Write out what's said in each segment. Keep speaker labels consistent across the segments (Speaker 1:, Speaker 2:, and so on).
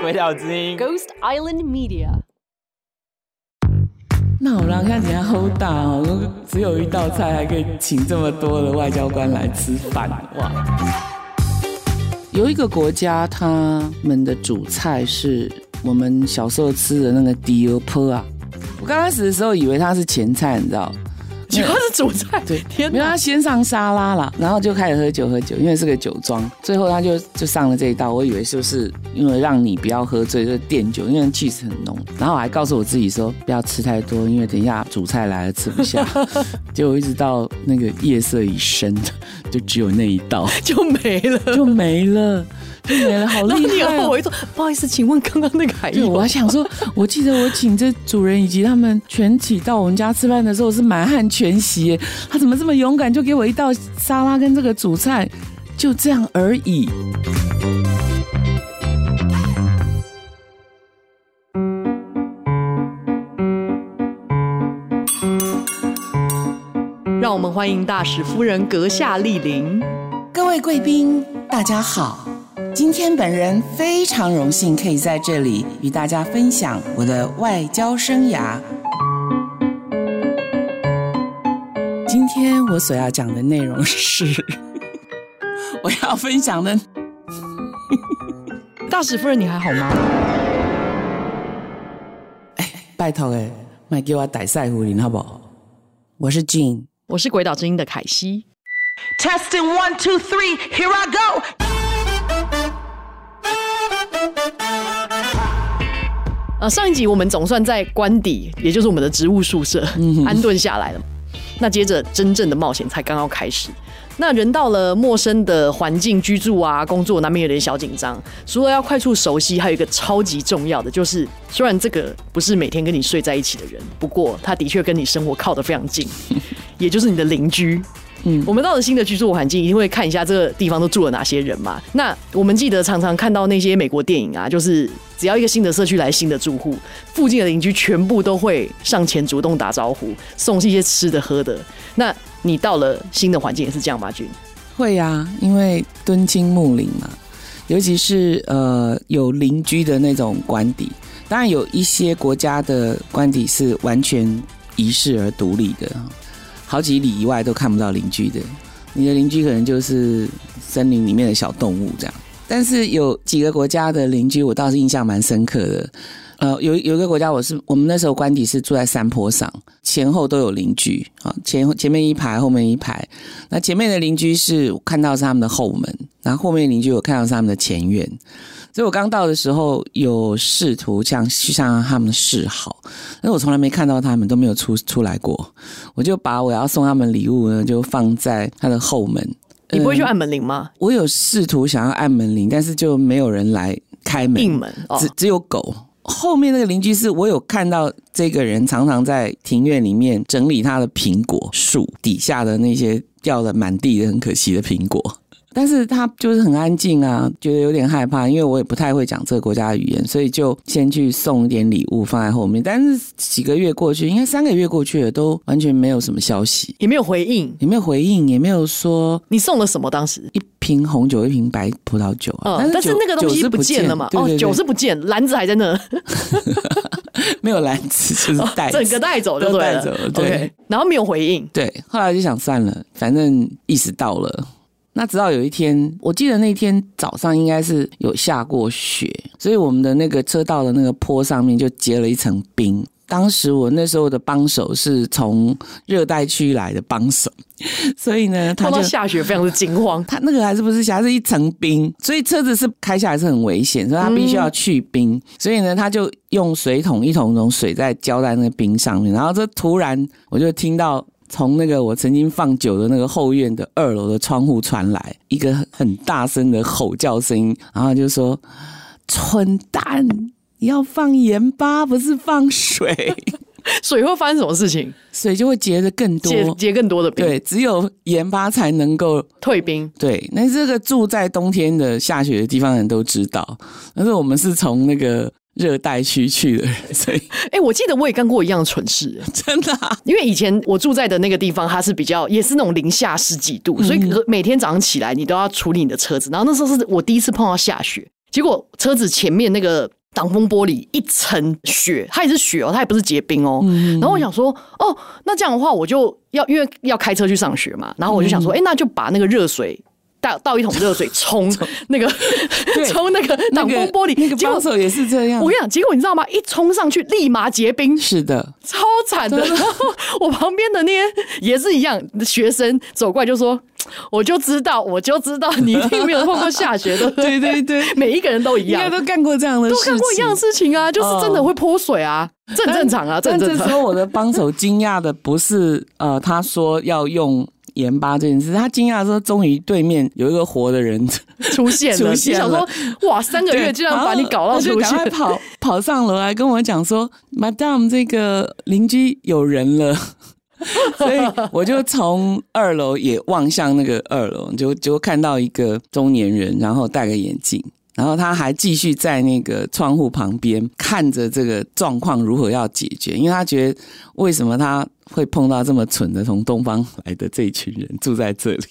Speaker 1: 鬼岛之音。
Speaker 2: Ghost Island Media。
Speaker 3: 那我们看起来 hold 大哦，如果只有一道菜还可以请这么多的外交官来吃饭，哇！有一个国家，他们的主菜是我们小时候吃的那个 d i o p 啊。我刚开始的时候以为它是前菜， 你知道？
Speaker 4: 结果是主菜，
Speaker 3: 对，
Speaker 4: 天
Speaker 3: 没有，
Speaker 4: 哪！
Speaker 3: 他先上沙拉啦，然后就开始喝酒喝酒，因为是个酒庄，最后他就就上了这一道。我以为就是因为让你不要喝醉，就垫酒，因为气 h 很浓。然后我还告诉我自己说不要吃太多，因为等一下主菜来了吃 不下。结果一直到那个夜色已深，就只有那一 道
Speaker 4: 就没了。哎
Speaker 3: 就没了，就没了，好
Speaker 4: 然后你
Speaker 3: 厉
Speaker 4: 有
Speaker 3: 害、
Speaker 4: 后
Speaker 3: 哦！
Speaker 4: 悔说，不好意思，请问刚刚那个还
Speaker 3: 对，
Speaker 4: 有
Speaker 3: 我还想 说，我记得我请这主人以及他们全体到我们家吃饭的时候是满汉全席耶，他怎么这么勇敢，就给我一道沙拉跟这个主菜，就这样而已。
Speaker 4: 让我们欢迎大使夫人阁下莅临。
Speaker 3: 各位贵宾，大家好。今天本人非常荣幸可以在这里与大家分享我的外交生涯。今天我所要讲的内容是， 我要分享的
Speaker 4: 大使夫人，你还好吗？
Speaker 3: 拜托诶，卖给我逮赛胡林好不好？我是 Jean。
Speaker 4: 我是鬼岛之音的凯西。
Speaker 5: Testing one, two, three. Here I go.
Speaker 4: 呃，上一集我们总算在官邸，也就是我们的职务宿舍、安顿下来了。那接着真正的冒险才刚刚开始。那人到了陌生的环境居住啊，工作难免有点小紧张。除了要快速熟悉，还有一个超级重要的，就是虽然这个不是每天跟你睡在一起的人，不过他的确跟你生活靠得非常 近，也就是你的邻居。我们到了新的居住环境，一定会看一下这个地方都住了哪些人嘛。那我们记得常常看到那些美国电影啊，就是只要一个新的社区来新的住户，附近的邻居全部都会上前主动打招呼，送一些吃的喝的。那你到了新的环境也是这样吗，君？
Speaker 3: 会呀、啊，因为敦亲睦邻嘛，尤其是呃有邻居的那种官邸，当然有一些国家的官邸是完全遗世而独立的，好几里以外都看不到邻居的。你的邻居可能就是森林里面的小动物这样。但是有几个国家的邻居，我倒是印象蛮深刻的。呃，有有一个国家，我是我们那时候官邸是住在山坡上，前后都有邻居啊，前前面一排，后面一排。那前面的邻居是我看到是他们的后门，然后后面的邻居我看到是他们的前院。所以我刚到的时候有试图向去向他们示好，但是我从来没看到他们，都没有出出来过。我就把我要送他们礼物呢，就放在他的后门。
Speaker 4: 你不会去
Speaker 3: 嗯
Speaker 4: 按门铃吗？
Speaker 3: 我有试图想要按门铃，但是就没有人来开门，
Speaker 4: 应门哦
Speaker 3: 只，只有狗。后面那个邻居是我有看到这个人常常在庭院里面整理他的苹果树底下的那些掉了满地的很可惜的苹果，但是他就是很安静啊，觉得有点害怕，因为我也不太会讲这个国家的语言，所以就先去送一点礼物放在后面。但是几个月过去，应该三个月过去了，都完全没有什么消息，
Speaker 4: 也没有回应。
Speaker 3: 也没有回应，也没有说
Speaker 4: 你送了什么？当时？
Speaker 3: 一瓶红酒，一瓶白葡萄酒啊。
Speaker 4: 嗯，但
Speaker 3: 酒
Speaker 4: 是那个东
Speaker 3: 酒
Speaker 4: 西
Speaker 3: 是
Speaker 4: 不见了嘛？
Speaker 3: 对对
Speaker 4: 哦，
Speaker 3: 对
Speaker 4: 酒是不见，篮子还在那，
Speaker 3: 没有篮子， 就是袋子，
Speaker 4: 哦 整个带走就对了。
Speaker 3: 哦都带走对
Speaker 4: OK，然后没有回应。
Speaker 3: 对，后来就想算了，反正意识到了。那直到有一天，我记得那天早上应该是有下过雪，所以我们的那个车道的那个坡上面就结了一层冰。当时我那时候的帮手是从热带区来的帮手，所以呢，他
Speaker 4: 碰到
Speaker 3: 就
Speaker 4: 下雪非常的惊慌。
Speaker 3: 它那个还是不是霞，是一层冰，所以车子是开下来是很危险，所以它必须要去冰。所以呢，他就用水桶一桶一桶水在浇在那个冰上面，然后这突然我就听到。从那个我曾经放酒的那个后院的二楼的窗户传来一个很大声的吼叫声音，然后就说：“蠢蛋，你要放盐巴，不是放水，
Speaker 4: 水会发生什么事情？
Speaker 3: 水就会结得更
Speaker 4: 结
Speaker 3: 多。
Speaker 4: 结更多的冰，
Speaker 3: 对，只有盐巴才能够
Speaker 4: 退冰。
Speaker 3: 对，那这个住在冬天的下雪的地方的人都知道，但是我们是从那个热带区去的人，所以
Speaker 4: 哎、我记得我也干过一样的蠢事，
Speaker 3: 真的、啊、
Speaker 4: 因为以前我住在的那个地方，它是比较也是那种零
Speaker 3: 嗯
Speaker 4: 下十几度，所以每天早上起来你都要处理你的车子。然后那时候是我第一次碰到下雪，结果车子前面那个挡风玻璃一层雪，它也是雪哦，它也不是结冰哦。
Speaker 3: 嗯
Speaker 4: 然后我想说，哦，那这样的话我就要因为要开车去上学嘛，然后我就
Speaker 3: 嗯
Speaker 4: 想说，哎、那就把那个热水。倒倒一桶热 水冲那个
Speaker 3: 对
Speaker 4: 冲那个
Speaker 3: 那
Speaker 4: 挡
Speaker 3: 个
Speaker 4: 风玻璃，
Speaker 3: 那个
Speaker 4: 结果
Speaker 3: 帮手也是这样
Speaker 4: 我。跟你讲，结果你知道吗？一冲上去立马结冰，
Speaker 3: 是的，
Speaker 4: 超惨的。然后 我旁边的那些也是一样，学生走过来就说：“我就知道，我就知道，你一定没有碰过下雪的。”
Speaker 3: 对对对，
Speaker 4: 每一个人都一
Speaker 3: 应该
Speaker 4: 样，
Speaker 3: 都干过这样的事
Speaker 4: 都
Speaker 3: 情。嗯
Speaker 4: 干过一样的事情啊，就是真的会泼水啊，这很正常啊，这
Speaker 3: 但
Speaker 4: 很
Speaker 3: 这
Speaker 4: 正常
Speaker 3: 时。候我的帮手惊讶的不是呃，他说要用盐巴这件事，他惊讶说终于对面有一个活的人
Speaker 4: 出现了，
Speaker 3: 出现
Speaker 4: 你想
Speaker 3: 了
Speaker 4: 说哇，三个月
Speaker 3: 对，
Speaker 4: 竟然把你搞到
Speaker 3: 然后他
Speaker 4: 出
Speaker 3: 就赶快
Speaker 4: 现，
Speaker 3: 跑 跑上楼来跟我讲说，Madam 这个邻居有人了。 所以我就从二楼也望向那个二楼，就就看到一个中年人，然后戴个眼镜，然后他还继续在那个窗户旁边看着这个状况如何要解决，因为他觉得为什么他会碰到这么蠢的从东方来的这一群人住在这里，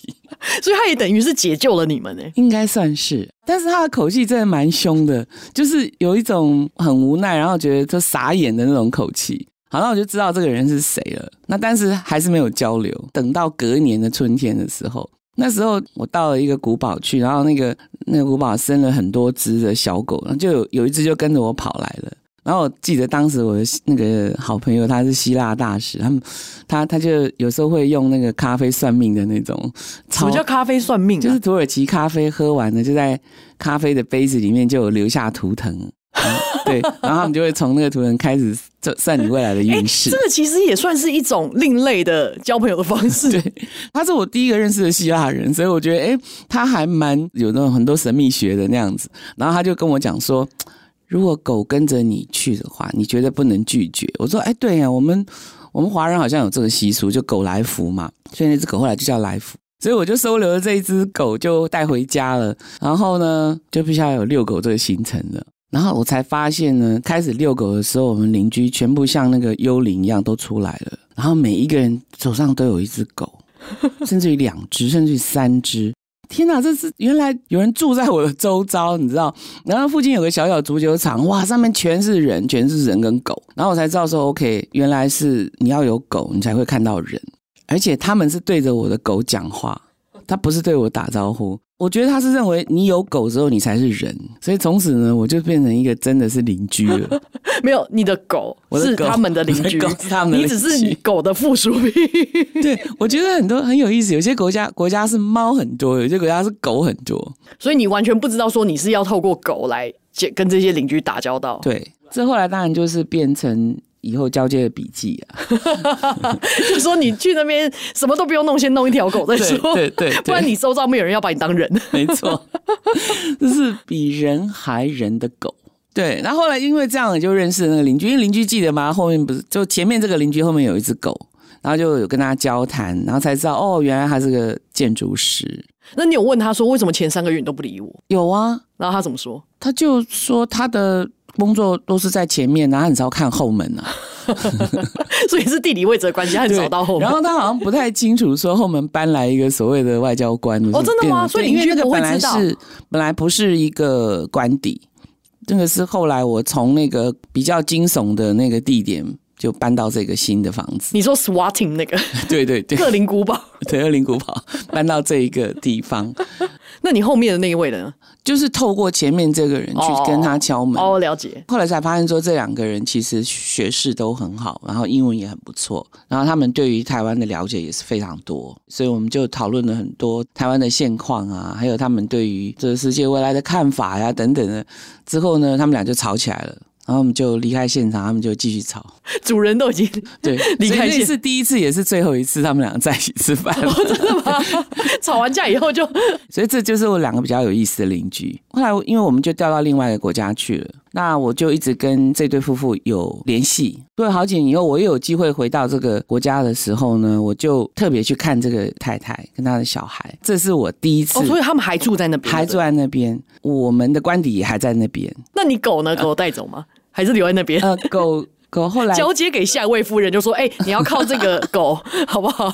Speaker 4: 所以他也等于是解救了你们欸呢、
Speaker 3: 应该算是，但是他的口气真的蛮凶的，就是有一种很无奈，然后觉得就傻眼的那种口气。好，那我就知道这个人是谁了。那但是还是没有交流。等到隔年的春天的时候，那时候我到了一个古堡去，然后那个那个古堡生了很多只的小狗，然后就有有一只就跟着我跑来了。然后我记得当时我的那个好朋友他是希腊大使，他们他他就有时候会用那个咖啡算命的那种，
Speaker 4: 什么叫咖啡算命、啊？
Speaker 3: 就是土耳其咖啡喝完了，就在咖啡的杯子里面就有留下图腾，嗯 对，然后他们就会从那个图腾开始算算你未来的
Speaker 4: 哎、
Speaker 3: 运势
Speaker 4: 这。个其实也算是一种另类的交朋友的方式。 啊
Speaker 3: 对，他是我第一个认识的希腊人，所以我觉得，哎，他还蛮有那种很多神秘学的那样子。然后他就跟我讲说，如果狗跟着你去的话，你觉得不能拒绝？我说，哎，对呀、我们 我们华人好像有这个习俗，就狗来福嘛，所以那只狗后来就叫来福。所以我就收留了这一只狗，就带回家了。然后呢，就必须要有遛狗这个行程了。然后我才发现呢，开始遛狗的时候，我们邻居全部像那个幽灵一样都出来了，然后每一个人手上都有一只狗，甚至于两只，甚至于三只。天哪，这是原来有人住在我的周遭，你知道？然后附近有个小小足球场，哇，上面全是人，全是人跟狗。然后我才知道说，OK，原来是你要有狗，你才会看到人。而且他们是对着我的狗讲话，他不是对我打招呼。我觉得他是认为你有狗之后你才是人，所以从此呢，我就变成一个真的是邻居 了。
Speaker 4: 没有，你的狗
Speaker 3: 我的
Speaker 4: 是
Speaker 3: 狗
Speaker 4: 他们的邻居，
Speaker 3: 我的狗是他们的
Speaker 4: 你
Speaker 3: 邻
Speaker 4: 只
Speaker 3: 居
Speaker 4: 是你狗的附属品。
Speaker 3: 对，我觉得很多很有意思。有些国家国家是猫很多，有些国家是狗很多。
Speaker 4: 所以你完全不知道说你是要透过狗来接跟这些邻居打交道，
Speaker 3: 对，这后来当然就是变成以后交接的笔记啊。
Speaker 4: 就说你去那边什么都不用弄，先弄一条狗再说，
Speaker 3: 对对对对
Speaker 4: 不然你周遭没有人要把你当人。
Speaker 3: 没 错，就是比人还人的狗。对，然后后来因为这样，就认识了那个邻居，因为邻居记得吗？后面不是就前面这个邻居后面有一只狗，然后就有跟他交谈，然后才知道哦，原来他是个建筑师。
Speaker 4: 那你有问他说为什么前三个月你都不理我？
Speaker 3: 有啊，
Speaker 4: 然后他怎么说？
Speaker 3: 他就说他的工作都是在前面，然后他很少看后门啊。
Speaker 4: 所以是地理位置的关系，他很
Speaker 3: 对，
Speaker 4: 少到后面
Speaker 3: 然。后他好像不太清楚说后门搬来一个所谓的外交官。
Speaker 4: 哦真的吗
Speaker 3: 变成
Speaker 4: 所以
Speaker 3: 对
Speaker 4: 邻
Speaker 3: 因为
Speaker 4: 居
Speaker 3: 那
Speaker 4: 不
Speaker 3: 个
Speaker 4: 会
Speaker 3: 本来
Speaker 4: 知道
Speaker 3: 是本来不是一个官邸，那个是后来我从那个比较惊悚的那个地点就搬到这个新的房 子。
Speaker 4: 你说 swatting 那个
Speaker 3: 对对对，
Speaker 4: 克林古堡，
Speaker 3: 对，二零古堡搬到这一个地方，
Speaker 4: 那你后面的那一位呢？
Speaker 3: 就是透过前面这个人
Speaker 4: 哦
Speaker 3: 去跟他敲门。
Speaker 4: 哦，了解。
Speaker 3: 后来才发现说，这两个人其实学识都很好，然后英文也很不错，然后他们对于台湾的了解也是非常多，所以我们就讨论了很多台湾的现况啊，还有他们对于这个世界未来的看法呀、等等的。之后呢，他们俩就吵起来了，然后我们就离开现场，他们就继续吵。
Speaker 4: 主人都已经
Speaker 3: 对，
Speaker 4: 离开
Speaker 3: 所以
Speaker 4: 现
Speaker 3: 那是第一次，也是最后一次，他们俩在一起 吃饭。
Speaker 4: 吵完架以后就哦
Speaker 3: 所以这就是我两个比较有意思的邻居。后来因为我们就调到另外一个国家去了，那我就一直跟这对夫妇有联系。过了好几年以后，我又有机会回到这个国家的时候呢，我就特别去看这个太太跟她的小孩，这是我第一次
Speaker 4: 哦，。所以他们还住在那边，
Speaker 3: 还住在那边，我们的官邸也还在那边。
Speaker 4: 那你狗呢？狗带走吗？还是留在那边？
Speaker 3: 呃，狗狗 后来
Speaker 4: 交接给下一位夫人，就说：“哎、 你要靠这个狗，好不好？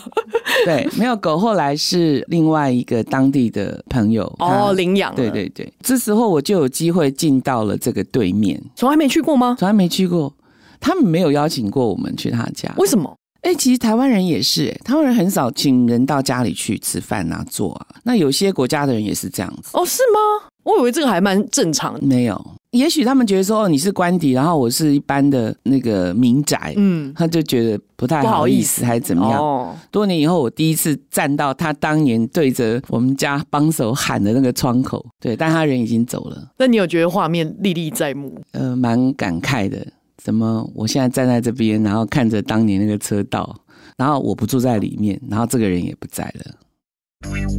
Speaker 3: 对，没有狗后来是另外一个当地的朋友
Speaker 4: 哦，
Speaker 3: 他
Speaker 4: 领养。”
Speaker 3: 对，对对，这时候我就有机会进到了这个对面，
Speaker 4: 从来没去过吗？
Speaker 3: 从来没去过，他们没有邀请过我们去他家。
Speaker 4: 为什么？
Speaker 3: 哎、其实台湾人也是、哎，台湾人很少请人到家里去吃饭啊、坐啊。那有些国家的人也是这样子，
Speaker 4: 哦，是吗？我以为这个还蛮正常的。
Speaker 3: 没有。也许他们觉得说，哦，你是官邸，然后我是一般的那个民宅，
Speaker 4: 嗯，
Speaker 3: 他就觉得不太
Speaker 4: 不好
Speaker 3: 好
Speaker 4: 意
Speaker 3: 意
Speaker 4: 思
Speaker 3: 思，还是怎么样？
Speaker 4: 哦，
Speaker 3: 多年以后，我第一次站到他当年对着我们家帮手喊的那个窗口，对，但他人已经走了，
Speaker 4: 那你有觉得画面历历在目？
Speaker 3: 呃，蛮感慨的。怎么我现在站在这边，然后看着当年那个车道，然后我不住在里面，然后这个人也不在了。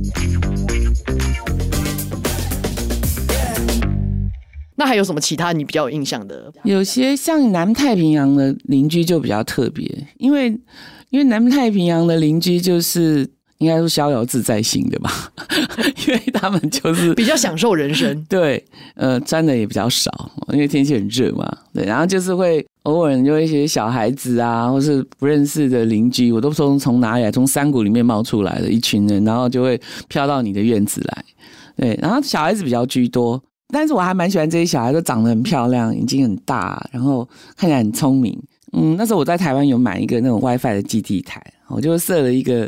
Speaker 4: 那还有什么其他你比较有印象的？
Speaker 3: 有些像南太平洋的邻居就比较特别，因为因为南太平洋的邻居就是应该说逍遥自在型的吧， 因为他们就是，
Speaker 4: 比较享受人生
Speaker 3: 对，呃，穿的也比较少，因为天气很热嘛。对，然后就是会偶尔就会一些小孩子啊，或是不认识的邻居，我都不知道从从哪里来，从山谷里面冒出来的一群人，然后就会飘到你的院子来。对，然后小孩子比较居多，但是我还蛮喜欢这些小孩，都长得很漂亮，眼睛很大，然后看起来很聪明。嗯，那时候我在台湾有买一个那种 WiFi 的基地台，我就设了一个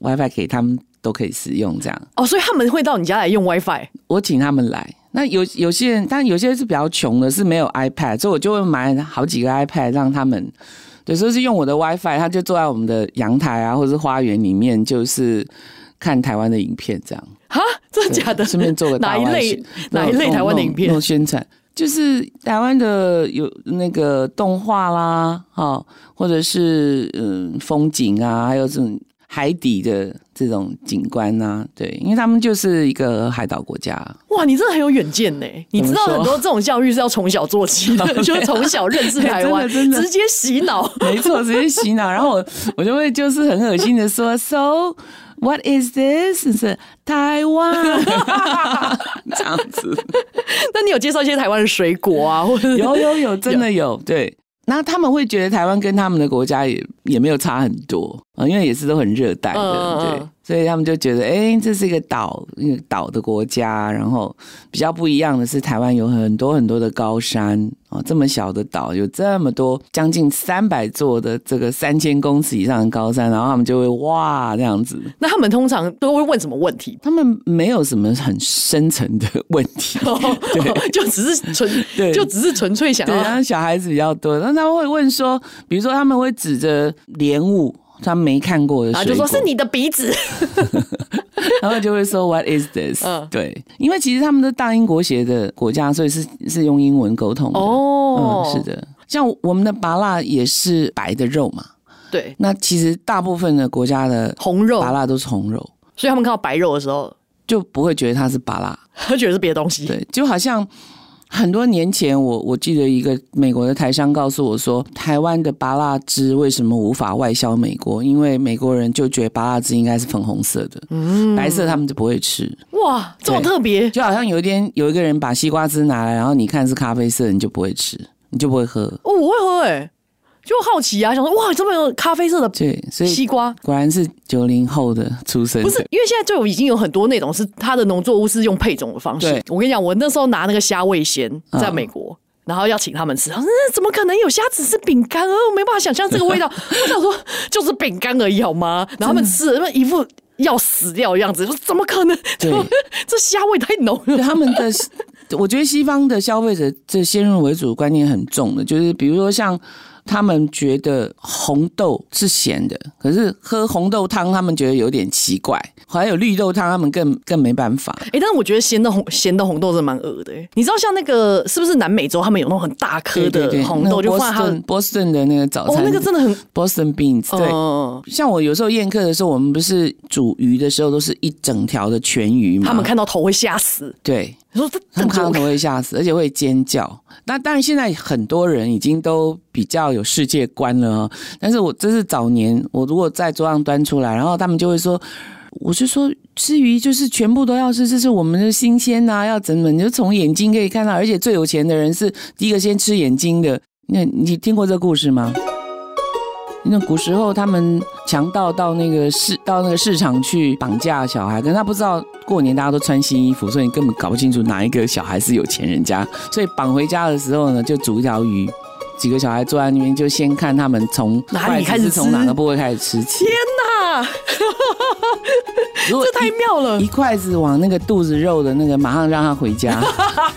Speaker 3: WiFi 给他们都可以使用这样。
Speaker 4: 哦，所以他们会到你家来用 WiFi。
Speaker 3: 我请他们来。那有有些人，但有些人是比较穷的，是没有 iPad，所以我就会买好几个 iPad 让他们。对，所以是用我的 WiFi，他就坐在我们的阳台啊，或者是花园里面，就是看台湾的影片这样。
Speaker 4: 哈，真的假的？
Speaker 3: 对顺便做 个
Speaker 4: 哪
Speaker 3: 大
Speaker 4: 一
Speaker 3: 外
Speaker 4: 类
Speaker 3: 宣
Speaker 4: 哪一类台湾的影
Speaker 3: 弄弄
Speaker 4: 片
Speaker 3: 弄？宣传，就是台湾的有那个动画啦，哦，或者是嗯风景啊，还有这种海底的这种景观啊，对，因为他们就是一个海岛国家。啊
Speaker 4: 哇，你真的很有远见呢！你知道
Speaker 3: 怎么说
Speaker 4: 很多这种教育是要从小做起 的，就是从小认识台湾，
Speaker 3: 哎 真的真的
Speaker 4: 直接洗脑。
Speaker 3: 没错，直接洗脑。然后我我就会就是很恶心的说，So what is this？是台湾 这样子。
Speaker 4: 那你有介绍一些台湾的水果啊，或 者
Speaker 3: 有有有，真的有对。那他们会觉得台湾跟他们的国家也也没有差很多啊、呃因为也是都很热带的，
Speaker 4: 嗯嗯嗯
Speaker 3: 对，所以他们就觉得，哎、这是一个岛，一个岛的国家。然后比较不一样的是，台湾有很多很多的高山哦，这么小的岛有这么多，将近三百座的这个三千公尺以上的高山，然后他们就会哇这样子，
Speaker 4: 那他们通常都会问什么问题？
Speaker 3: 他们没有什么很深层的问 题，对
Speaker 4: 就只是纯，
Speaker 3: 对
Speaker 4: 就只是纯粹想
Speaker 3: 对，然
Speaker 4: 要
Speaker 3: 后小孩子比较多，那他会问说，比如说他们会指着莲雾，他没看过的水
Speaker 4: 啊，
Speaker 3: 果，
Speaker 4: 就说是， 你的鼻子，
Speaker 3: 然后就会说 What is this？、
Speaker 4: 嗯
Speaker 3: 对，因为其实他们都大英国协的国家，所以是是用英文沟通的。
Speaker 4: 哦
Speaker 3: 嗯，是的，像我们的拔辣也是白的肉嘛，
Speaker 4: 对，
Speaker 3: 那其实大部分的国家的
Speaker 4: 红肉，
Speaker 3: 拔辣都是红肉，
Speaker 4: 所以他们看到白肉的时候，
Speaker 3: 就不会觉得它是拔辣。
Speaker 4: 他觉得是别的东西。
Speaker 3: 对，就好像很多年前我，我记得一个美国的台商告诉我说，台湾的芭辣汁为什么无法外销美国？因为美国人就觉得芭辣汁应该是粉红色的，
Speaker 4: 嗯
Speaker 3: 白色他们就不会吃。
Speaker 4: 哇，这么
Speaker 3: 对
Speaker 4: 特别，
Speaker 3: 就好像有一天有一个人把西瓜汁拿来，然后你看是咖啡色，你就不会吃，你就不会喝。
Speaker 4: 哦，我会喝哎、就好奇啊，想说哇，这么有咖啡色的
Speaker 3: 对，所
Speaker 4: 西
Speaker 3: 以
Speaker 4: 瓜，
Speaker 3: 果然是九零后的出生
Speaker 4: 不是
Speaker 3: 的，
Speaker 4: 因为现在就已经有很多那种是它的农作物是用配种的方式
Speaker 3: 对。
Speaker 4: 我跟你讲，我那时候拿那个虾味鲜
Speaker 3: 嗯
Speaker 4: 在美国。然后要请他们吃，然后说嗯，怎么可能有虾只是饼干？呃，我没办法想象这个味 道。我想说，就是饼干而已好吗？然后他们吃了，他们一副要死掉的样子，说怎么可能？
Speaker 3: 对
Speaker 4: 这虾味太浓了
Speaker 3: 对。他们 的，我觉得西方的消费者这先入为主观念很重的，就是比如说像他们觉得红豆是咸的，可是喝红豆汤他们觉得有点奇怪，还有绿豆汤他们更更没办法。
Speaker 4: 哎、但是我觉得咸的红咸的红豆真的蛮恶的、欸。你知道像那个是不是南美洲他们有那种很大颗
Speaker 3: 对对
Speaker 4: 的
Speaker 3: 对，
Speaker 4: 红
Speaker 3: 那
Speaker 4: 豆，
Speaker 3: 个
Speaker 4: 就
Speaker 3: 波
Speaker 4: 放在
Speaker 3: 士
Speaker 4: 它的
Speaker 3: 顿波士顿的那个早
Speaker 4: 哦
Speaker 3: 餐，，
Speaker 4: 那个真的很
Speaker 3: Boston beans 对。
Speaker 4: 嗯
Speaker 3: 像我有时候宴客的时候，我们不是煮鱼的时候都是一整条的全鱼嘛？
Speaker 4: 他们看到头会吓死。
Speaker 3: 对，
Speaker 4: 你说这
Speaker 3: 嗯
Speaker 4: 这
Speaker 3: 他们看到
Speaker 4: 种
Speaker 3: 头会吓死，而且会尖叫。那当然，现在很多人已经都比较有世界观了哦。但是我这是早年，我如果在桌上端出来，然后他们就会说，我是说吃鱼就是全部都要吃，这是我们的啊新鲜呐、要怎么？你就从眼睛可以看到，而且最有钱的人是第一个先吃眼睛的。那你听过这故事吗？那古时候他们强盗到那个市到那个市场去绑架小孩，可是他不知道过年大家都穿新衣服，所以你根本搞不清楚哪一个小孩是有钱人家，所以绑回家的时候呢，就煮一条鱼。几个小孩坐在那边，就先看他们从
Speaker 4: 哪里开始吃
Speaker 3: 不管是从哪个部位开始吃起。
Speaker 4: 啊，
Speaker 3: 如果
Speaker 4: 这太妙了
Speaker 3: 一！筷子往那个肚子肉的那个，马上让他回家。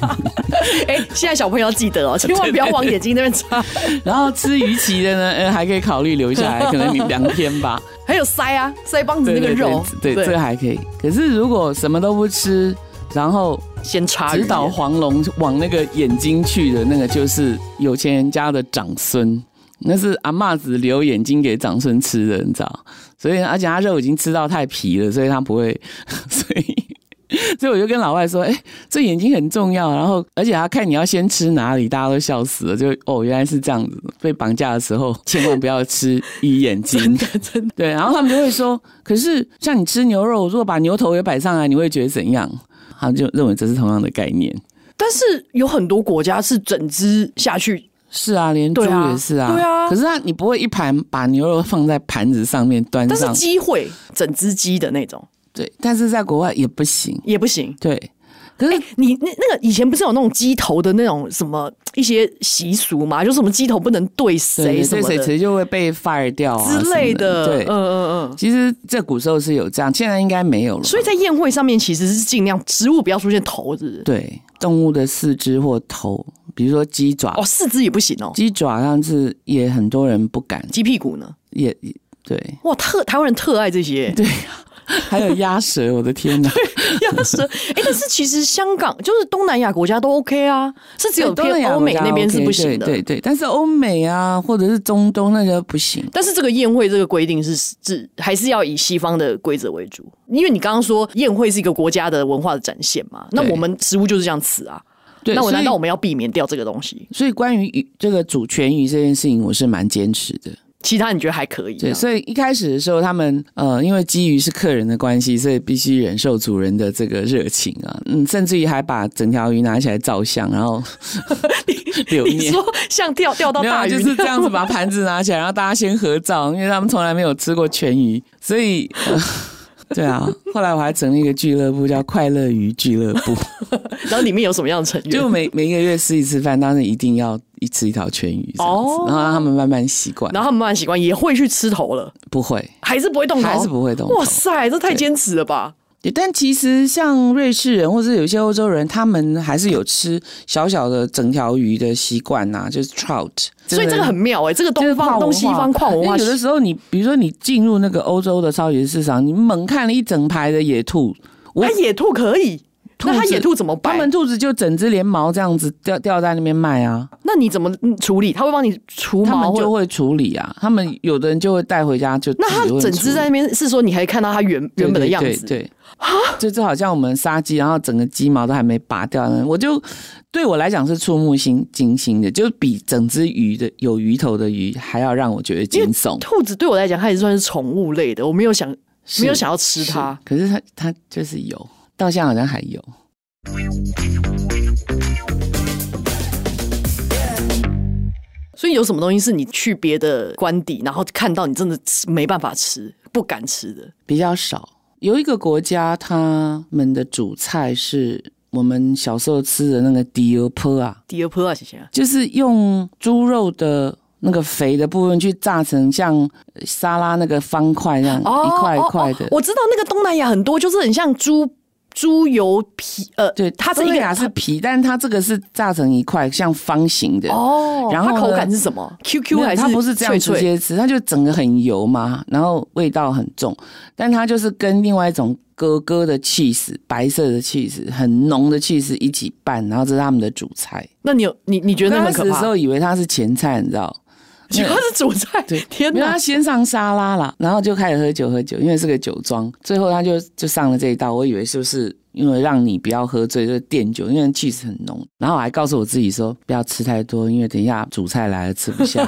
Speaker 4: 哎、现在小朋友要记得哦，千万不要往眼睛那边插。
Speaker 3: 然后吃鱼鳍的呢，呃，还可以考虑留下来，可能你两天吧。
Speaker 4: 还有腮啊，腮帮子那个肉，
Speaker 3: 对对，这个还可以。可是如果什么都不吃，然后
Speaker 4: 先插
Speaker 3: 直
Speaker 4: 鱼
Speaker 3: 捣黄龙往那个眼睛去的那个，就是有钱人家的长孙。那是阿嬷子留眼睛给长孙吃的，你知道？所以而且他肉已经吃到太皮了，所以他不会， 所以。所以我就跟老外说：“哎、这眼睛很重要。”然后，而且他看你要先吃哪里，大家都笑死了。就哦，原来是这样子。被绑架的时候，千万不要吃鱼眼睛， 真的真的。对，然后他们就会说：“可是像你吃牛肉，如果把牛头也摆上来，你会觉得怎样？”他们就认为这是同样的概念。
Speaker 4: 但是有很多国家是整只下去，
Speaker 3: 是啊，连猪
Speaker 4: 对啊
Speaker 3: 也是啊，
Speaker 4: 对啊
Speaker 3: 可是他你不会一盘把牛肉放在盘子上面端
Speaker 4: 但是
Speaker 3: 上，
Speaker 4: 鸡会整只鸡的那种
Speaker 3: 对，但是在国外也不行，
Speaker 4: 也不行。哎
Speaker 3: 对。可是、
Speaker 4: 你那那个以前不是有那种鸡头的那种什么一些习俗嘛？就什么鸡头不能对谁
Speaker 3: 对
Speaker 4: 什
Speaker 3: 对
Speaker 4: 么
Speaker 3: 谁
Speaker 4: 的
Speaker 3: 谁就会被 fire 掉啊
Speaker 4: 之类
Speaker 3: 什么
Speaker 4: 的，
Speaker 3: 对，
Speaker 4: 嗯嗯嗯。
Speaker 3: 其实这古时候是有这样，现在应该没有了。
Speaker 4: 所以在宴会上面其实是尽量食物不要出现头，是不是？
Speaker 3: 对动物的四肢或头，比如说鸡爪
Speaker 4: 哦，，四肢也不行哦，
Speaker 3: 鸡爪上是也很多人不敢，
Speaker 4: 鸡屁股呢？
Speaker 3: 也也对
Speaker 4: 哇，特台湾人特爱这些
Speaker 3: 对，还有鸭舌，我的天哪！
Speaker 4: 鸭舌。哎、但是其实香港就是东南亚国家都 OK 啊，是只有
Speaker 3: 对东南
Speaker 4: 偏
Speaker 3: 亚
Speaker 4: 欧美
Speaker 3: 国家
Speaker 4: 那边是
Speaker 3: OK，
Speaker 4: 不行的。
Speaker 3: 对对对，但是欧美啊，或者是中东那个不行。
Speaker 4: 但是这个宴会这个规定是是还是要以西方的规则为主，因为你刚刚说宴会是一个国家的文化的展现嘛，那
Speaker 3: 对
Speaker 4: 我们食物就是这样吃啊，
Speaker 3: 对，
Speaker 4: 那我
Speaker 3: 所以
Speaker 4: 难道我们要避免掉这个东西？
Speaker 3: 所以关于鱼这个主权鱼这件事情，我是蛮坚持的。
Speaker 4: 其他你觉得还可以这
Speaker 3: 对，
Speaker 4: 样？
Speaker 3: 所以一开始的时候，他们呃，因为基于是客人的关系，所以必须忍受主人的这个热情啊，嗯，甚至于还把整条鱼拿起来照相，然后 留
Speaker 4: 你
Speaker 3: 念。
Speaker 4: 说像掉掉到
Speaker 3: 没有
Speaker 4: 大
Speaker 3: 啊，
Speaker 4: 鱼
Speaker 3: 就是这样子把盘子拿起来，然后大家先合照，因为他们从来没有吃过全鱼，所以、呃对啊。后来我还成立一个俱乐部，叫快乐鱼俱乐 部，
Speaker 4: 然后里面有什么样的成员？
Speaker 3: 就每每一个月吃一次饭，当然一定要一吃一条全鱼这样子，
Speaker 4: 哦
Speaker 3: 然后让他们慢慢习惯，
Speaker 4: 然后他们慢慢习惯，也会去吃头了，
Speaker 3: 不会。
Speaker 4: 还是不会动头，
Speaker 3: 还是不会动头
Speaker 4: 哇塞，这太坚持了吧！
Speaker 3: 对，但其实像瑞士人或者有一些欧洲人，他们还是有吃小小的整条鱼的习惯呐、就是 trout。
Speaker 4: 所以这个很妙哎、这个
Speaker 3: 就是
Speaker 4: 东
Speaker 3: 跨
Speaker 4: 方
Speaker 3: 文化
Speaker 4: 东西方跨文
Speaker 3: 因
Speaker 4: 化
Speaker 3: 为有的时候你比如说你进入那个欧洲的超级市场，你猛看了一整排的野兔，我
Speaker 4: 它野兔可以，
Speaker 3: 子
Speaker 4: 那它野兔怎么
Speaker 3: 他
Speaker 4: 办？
Speaker 3: 们兔子就整只连毛这样子掉掉在那边卖啊，
Speaker 4: 那你怎么嗯处理？它会帮你除
Speaker 3: 他
Speaker 4: 毛
Speaker 3: 们
Speaker 4: 或
Speaker 3: 就会处理啊，他们有的人就会带回家就
Speaker 4: 那
Speaker 3: 自己
Speaker 4: 它
Speaker 3: 会
Speaker 4: 整
Speaker 3: 处
Speaker 4: 只
Speaker 3: 理
Speaker 4: 在那边是说你还看到它原原本的样子，啊
Speaker 3: 对对对就就好像我们杀鸡，然后整个鸡毛都还没拔掉
Speaker 4: 嗯
Speaker 3: 呢，我就对我来讲是触目心惊心的，就比整只鱼的有鱼头的鱼还要让我觉得惊悚。
Speaker 4: 兔子对我来讲，它也算是宠物类的，我没有想
Speaker 3: 是
Speaker 4: 没有想要吃它
Speaker 3: 是。可是它它就是有，到现在好像还有。
Speaker 4: 所以有什么东西是你去别的官邸，然后看到你真的吃没办法吃、不敢吃的？
Speaker 3: 比较少。有一个国家，他们的主菜是我们小时候吃的那个迪欧坡啊，
Speaker 4: 第二坡啊，谢谢啊。
Speaker 3: 就是用猪肉的那个肥的部分去炸成像呃沙拉那个方块那样，一块一块的。
Speaker 4: 哦哦我知道那个东南亚很多就是很像猪猪油皮，呃，
Speaker 3: 对，
Speaker 4: 它是
Speaker 3: 东
Speaker 4: 一
Speaker 3: 南
Speaker 4: 个
Speaker 3: 亚是皮，但它这个是炸成一块像方形的。
Speaker 4: 哦，
Speaker 3: 然后
Speaker 4: 它
Speaker 3: 呢
Speaker 4: 口感是什么？QQ
Speaker 3: 没有
Speaker 4: 还是
Speaker 3: 它不是这样
Speaker 4: 脆
Speaker 3: 直
Speaker 4: 脆
Speaker 3: 接吃，它就整个很油嘛，然后味道很重，但它就是跟另外一种哥哥的 cheese，白色的 cheese，很浓的 cheese 一起拌，然后这是他们的主菜。
Speaker 4: 那你有你你觉得那
Speaker 3: 当
Speaker 4: 很
Speaker 3: 时
Speaker 4: 可
Speaker 3: 的
Speaker 4: 怕
Speaker 3: 时？候以为它是前菜，你知道？
Speaker 4: 结果是主菜，天
Speaker 3: 因为
Speaker 4: 哪
Speaker 3: 他！先上沙拉啦，然后就开始喝酒喝酒，因为是个酒庄，最后他就就上了这一道，我以为就是因为让你不要喝醉，就是垫酒，因为 cheese 很浓。然后我还告诉我自己说，不要吃太多，因为等一下主菜来了吃不 下。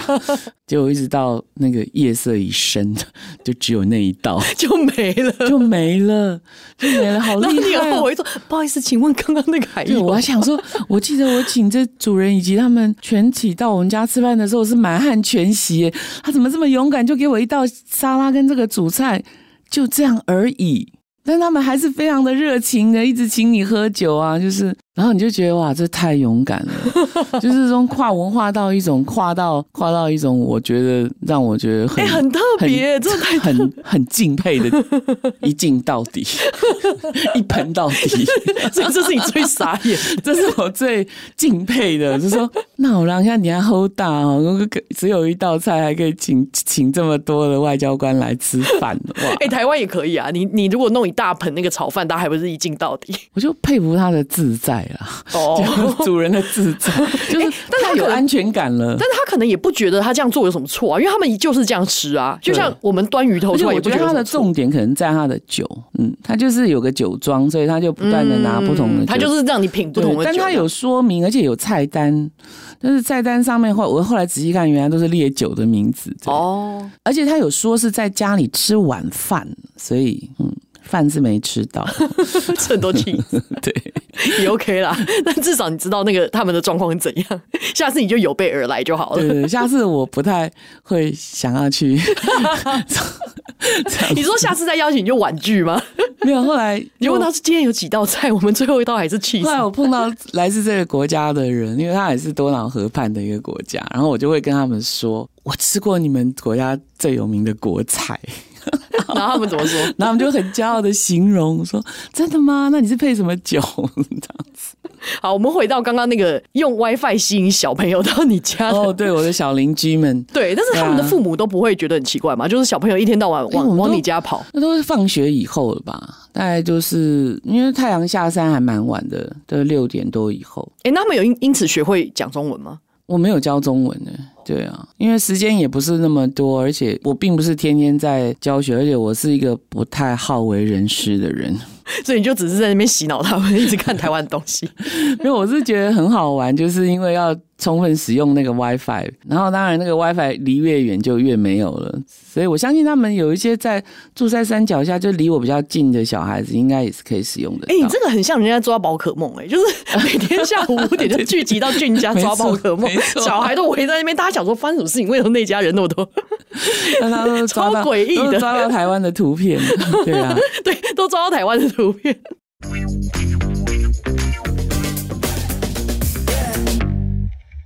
Speaker 3: 结果一直到那个夜色已深，就只有那一道
Speaker 4: 就没了。
Speaker 3: 就没了，就没了，好
Speaker 4: 然 后你
Speaker 3: 厉
Speaker 4: 又
Speaker 3: 害、
Speaker 4: 后
Speaker 3: 哦！
Speaker 4: 悔说：“不好意思，请问刚刚那个还
Speaker 3: 哎对，
Speaker 4: 有
Speaker 3: 我还想 说，我记得我请这主人以及他们全体到我们家吃饭的时候是满汉全席耶，他怎么这么勇敢，就给我一道沙拉跟这个主菜，就这样而已。但他们还是非常的热情的，一直请你喝酒啊，就是，然后你就觉得哇，这太勇 敢了，就是从跨文化到一种跨到跨到一种，我觉得让我觉得很、
Speaker 4: 哎很特别真的太特
Speaker 3: 很很敬佩的，一敬到底， 一盆到底。
Speaker 4: 所以这是你最傻眼。
Speaker 3: 这是我最敬佩的，就说那我让一下你还 hold 大哦，我可只有一道菜还可以请请这么多的外交官来吃饭，哇！
Speaker 4: 哎、台湾也可以啊，你你如果弄一大盆那个炒饭，大家还不是一镜到 底？
Speaker 3: 我就佩服他的自在啦，
Speaker 4: 哦，
Speaker 3: 就主人的自在，就 是
Speaker 4: 哎但是他
Speaker 3: 他有
Speaker 4: 可能
Speaker 3: 安全感了。
Speaker 4: 但是他可能也不觉得他这样做有什么错啊，因为他们就是这样吃啊，就像我们端鱼头
Speaker 3: 而
Speaker 4: 出
Speaker 3: 且
Speaker 4: 来
Speaker 3: 我
Speaker 4: 也不
Speaker 3: 觉
Speaker 4: 觉
Speaker 3: 得
Speaker 4: 得
Speaker 3: 他的重点可能在他的酒，嗯，他就是有个酒庄，所以他就不断的拿不同
Speaker 4: 嗯
Speaker 3: 的酒，
Speaker 4: 他就是让你品不
Speaker 3: 对，
Speaker 4: 同的酒，啊
Speaker 3: 但他有说明，而且有菜单，但是菜单上面后我后来仔细看，原来都是烈酒的名字。对
Speaker 4: 哦，
Speaker 3: 而且他有说是在家里吃晚饭，所以嗯，饭是没吃 到。
Speaker 4: 这很多气
Speaker 3: 对，
Speaker 4: 也 OK 啦。 但至少你知道那个他们的状况是怎样， 下次你就有备而来就好
Speaker 3: 对
Speaker 4: 了。
Speaker 3: 对，下次我不太会想要去。
Speaker 4: 你说下次再邀请你就婉拒 吗？
Speaker 3: 没有，后来
Speaker 4: 你就问他是今天有几道菜，我们最后一道还是 cheese
Speaker 3: 后来我碰到来自这个国家的人，因为他也是多瑙河畔的一个国家，然后我就会跟他们说，我吃过你们国家最有名的国菜。
Speaker 4: 然后他们怎么说？
Speaker 3: 然后我们就很骄傲的形容说：“真的吗？那你是配什么酒？”
Speaker 4: 好，我们回到刚刚那个用 WiFi 吸引小朋友到你家的。
Speaker 3: 哦，对，我的小邻居们，
Speaker 4: 对，但是他们的
Speaker 3: 对啊
Speaker 4: 父母都不会觉得很奇怪嘛？就是小朋友一天到晚
Speaker 3: 哎我
Speaker 4: 往
Speaker 3: 们都
Speaker 4: 往你家跑，
Speaker 3: 那都是放学以后了吧？大概就是因为太阳下山还蛮晚的，都六点多以后。
Speaker 4: 哎、那他们有因因此学会讲中文吗？
Speaker 3: 我没有教中文呢，对啊，因为时间也不是那么多，而且我并不是天天在教学，而且我是一个不太好为人师的人，
Speaker 4: 所以你就只是在那边洗脑他们，一直看台湾的东西。
Speaker 3: 因为我是觉得很好玩，就是因为要充分使用那个 WiFi，然后当然那个 WiFi 离越远就越没有了，所以我相信他们有一些在住在山脚下就离我比较近的小孩子，应该也是可以使用的。
Speaker 4: 哎、你这个很像人家抓宝可梦，哎， 就是每天下午五点就聚集到俊家
Speaker 3: 没错
Speaker 4: 抓宝可梦
Speaker 3: 没，错
Speaker 4: 小孩都围在那边，大家想说发生什么事情？为什么那家人那么多？
Speaker 3: 但他都抓到
Speaker 4: 超诡异的
Speaker 3: 都抓到台湾的图片， 对啊，
Speaker 4: 对，都抓到台湾的图片。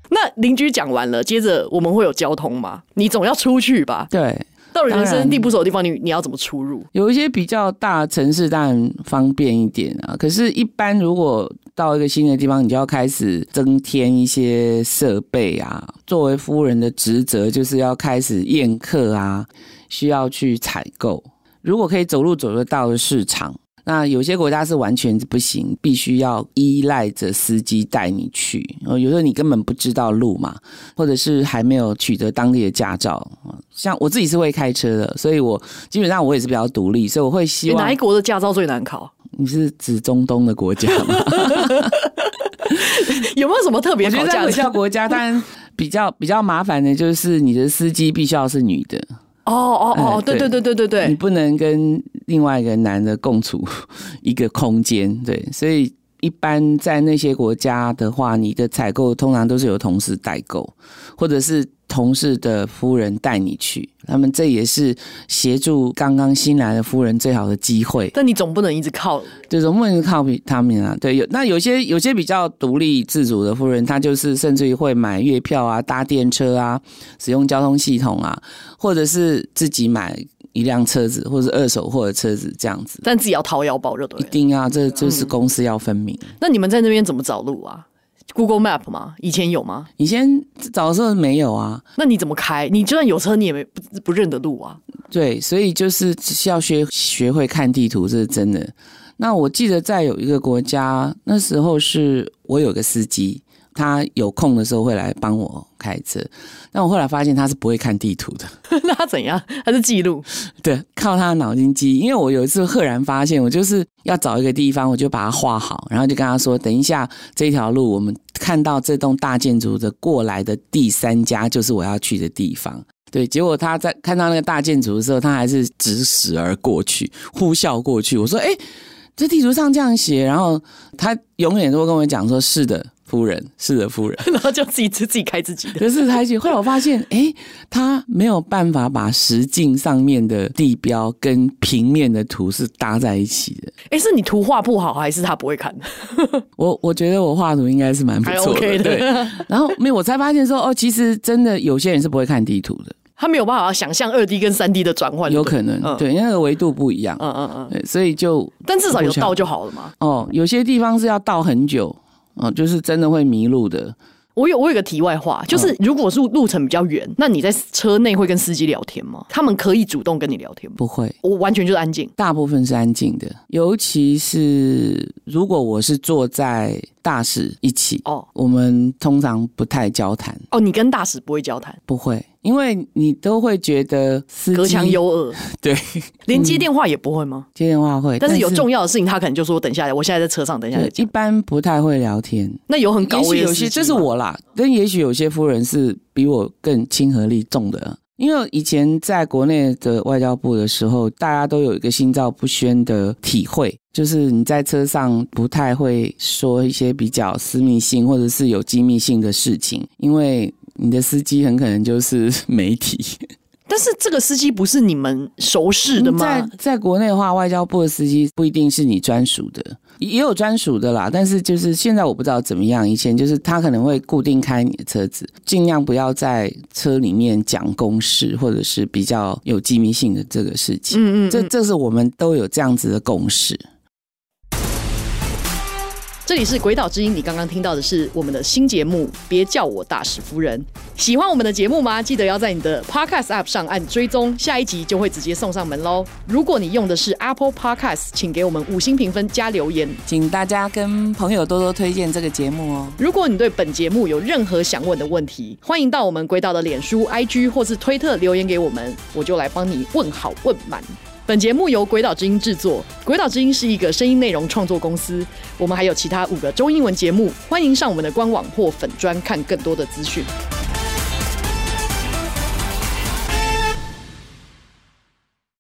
Speaker 4: 那邻居讲完了，接着我们会有交通吗？你总要出去吧？
Speaker 3: 对。
Speaker 4: 到了人
Speaker 3: 当
Speaker 4: 生
Speaker 3: 然
Speaker 4: 地不熟的地方，你你要怎么出入？
Speaker 3: 有一些比较大城市当然方便一点啊，可是，一般如果到一个新的地方，你就要开始增添一些设备啊。作为夫人的职责就是要开始宴客啊，需要去采购。如果可以走路走得到的市场，那有些国家是完全不行，必须要依赖着司机带你去。呃，有时候你根本不知道路嘛，或者是还没有取得当地的驾照。呃像我自己是会开车的，所以我基本上我也是比较独立，所以我会希
Speaker 4: 你
Speaker 3: 望
Speaker 4: 哪一国的驾照最难考？
Speaker 3: 你是指中东的国家吗？
Speaker 4: 有没有什么 特别
Speaker 3: 我觉
Speaker 4: 考
Speaker 3: 得在
Speaker 4: 驾
Speaker 3: 回教
Speaker 4: 照？
Speaker 3: 国家，当然比较比较麻烦的就是你的司机必须要是女的，
Speaker 4: 哦哦哦，
Speaker 3: 哎
Speaker 4: 对对
Speaker 3: 对
Speaker 4: 对对对
Speaker 3: 你
Speaker 4: 对，
Speaker 3: 不能跟另外一个男的共处 一个空间，对，所以一般在那些国家的话，你的采购通常都是由同事代购，或者是同事的夫人带你去，那么这也是协助刚刚新来的夫人最好的机会。
Speaker 4: 但你总不能一直靠
Speaker 3: 对，容不能靠他们啊。对，有那有些有些比较独立自主的夫人，她就是甚至于会买月票啊、搭电车啊、使用交通系统啊，或者是自己买一辆车子，或者是二手货的车子这样子。
Speaker 4: 但自己要掏腰包就对
Speaker 3: 一
Speaker 4: 了。
Speaker 3: 定要，这就是公私要分明。
Speaker 4: 那你们在那边怎么找路啊？Google Map 吗？以前有吗？
Speaker 3: 以前早的时候没有啊，
Speaker 4: 那你怎么开？你就算有车，你也没不不认得路啊。
Speaker 3: 对，所以就是要学学会看地图，这是真的。那我记得在有一个国家，那时候是我有个司机，他有空的时候会来帮我开车。但我后来发现他是不会看地图的，
Speaker 4: 那他怎样？他是记录，
Speaker 3: 对，靠他的脑筋记忆。因为我有一次赫然发现，我就是要找一个地方，我就把它画好，然后就跟他说，等一下这条路我们看到这栋大建筑的过来的第三家就是我要去的地方。对，结果他在看到那个大建筑的时候，他还是直驶而过去，呼啸过去。我说：“哎，这地图上这样写。”然后他永远都会跟我讲说：“是的，夫人，是的，夫人。”
Speaker 4: 然后就自己自自己开自己的。
Speaker 3: 可是他一句，后来我发现，诶，他没有办法把实境上面的地标跟平面的图是搭在一起的。
Speaker 4: 哎，是你图画不好，还是他不会看？
Speaker 3: 我我觉得我画图应该是蛮不
Speaker 4: 还
Speaker 3: 错的，
Speaker 4: OK
Speaker 3: 对。
Speaker 4: 的，
Speaker 3: 然后没有，我才发现说，哦，其实真的有些人是不会看地图的，
Speaker 4: 他没有办法想象二 D 跟三 D 的转换。对
Speaker 3: 有
Speaker 4: 不对
Speaker 3: 可能，
Speaker 4: 嗯
Speaker 3: 对，因为那个维度不一样，
Speaker 4: 嗯嗯嗯，
Speaker 3: 对所以就
Speaker 4: 但至少有
Speaker 3: 不
Speaker 4: 到
Speaker 3: 巧
Speaker 4: 就好了嘛。
Speaker 3: 哦，有些地方是要到很久，哦，就是真的会迷路的。
Speaker 4: 我有我有个题外
Speaker 3: 嗯
Speaker 4: 话，就是如果是路程比较远，那你在车内会跟司机聊天吗？他们可以主动跟你聊天吗？
Speaker 3: 不会，
Speaker 4: 我完全就是安静。
Speaker 3: 大部分是安静的，尤其是如果我是坐在大使一起，
Speaker 4: 哦
Speaker 3: 我们通常不太交谈，
Speaker 4: 哦，你跟大使不会交谈，
Speaker 3: 不会，因为你都会觉得司机
Speaker 4: 隔墙有耳，
Speaker 3: 对
Speaker 4: 连接电话也不会吗？
Speaker 3: 接电话会，
Speaker 4: 但是有重要的事情，他可能就说等一下，我现在在车上，等一下再
Speaker 3: 对一
Speaker 4: 讲。
Speaker 3: 般不太会聊天。
Speaker 4: 那有很高
Speaker 3: 也许
Speaker 4: 危的
Speaker 3: 有
Speaker 4: 司机
Speaker 3: 些，
Speaker 4: 吗
Speaker 3: 这是我啦，但也许有些夫人是比我更亲和力重的。因为以前在国内的外交部的时候，大家都有一个心照不宣的体会，就是你在车上不太会说一些比较私密性或者是有机密性的事情，因为你的司机很可能就是 媒体。
Speaker 4: 但是这个司机不是你们熟识的吗？
Speaker 3: 嗯在在国内的话，外交部的司机不一定是你专属的，也有专属的啦。但是就是现在我不知道怎么样，以前就是他可能会固定开你的车子，尽量不要在车里面讲公事或者是比较有机密性的这个事情。
Speaker 4: 嗯嗯，
Speaker 3: 这
Speaker 4: 这
Speaker 3: 这是我们都有这样子的共识。
Speaker 4: 这里是《鬼岛之音》，你刚刚听到的是我们的新节目《别叫我大使夫人》。喜欢我们的节目吗？记得要在你的 Podcast App 上按追踪，下一集就会直接送上门喽。如果你用的是 Apple Podcast，请给我们五星评分加留言。
Speaker 3: 请大家跟朋友多多推荐这个节目哦。
Speaker 4: 如果你对本节目有任何想问的问题，欢迎到我们鬼岛的脸书、IG 或是推特留言给我们，我就来帮你问好问满。本节目由鬼岛之音制作，鬼岛之音是一个声音内容创作公司。我们还有其他五个中英文节目，欢迎上我们的官网或粉专看更多的资讯。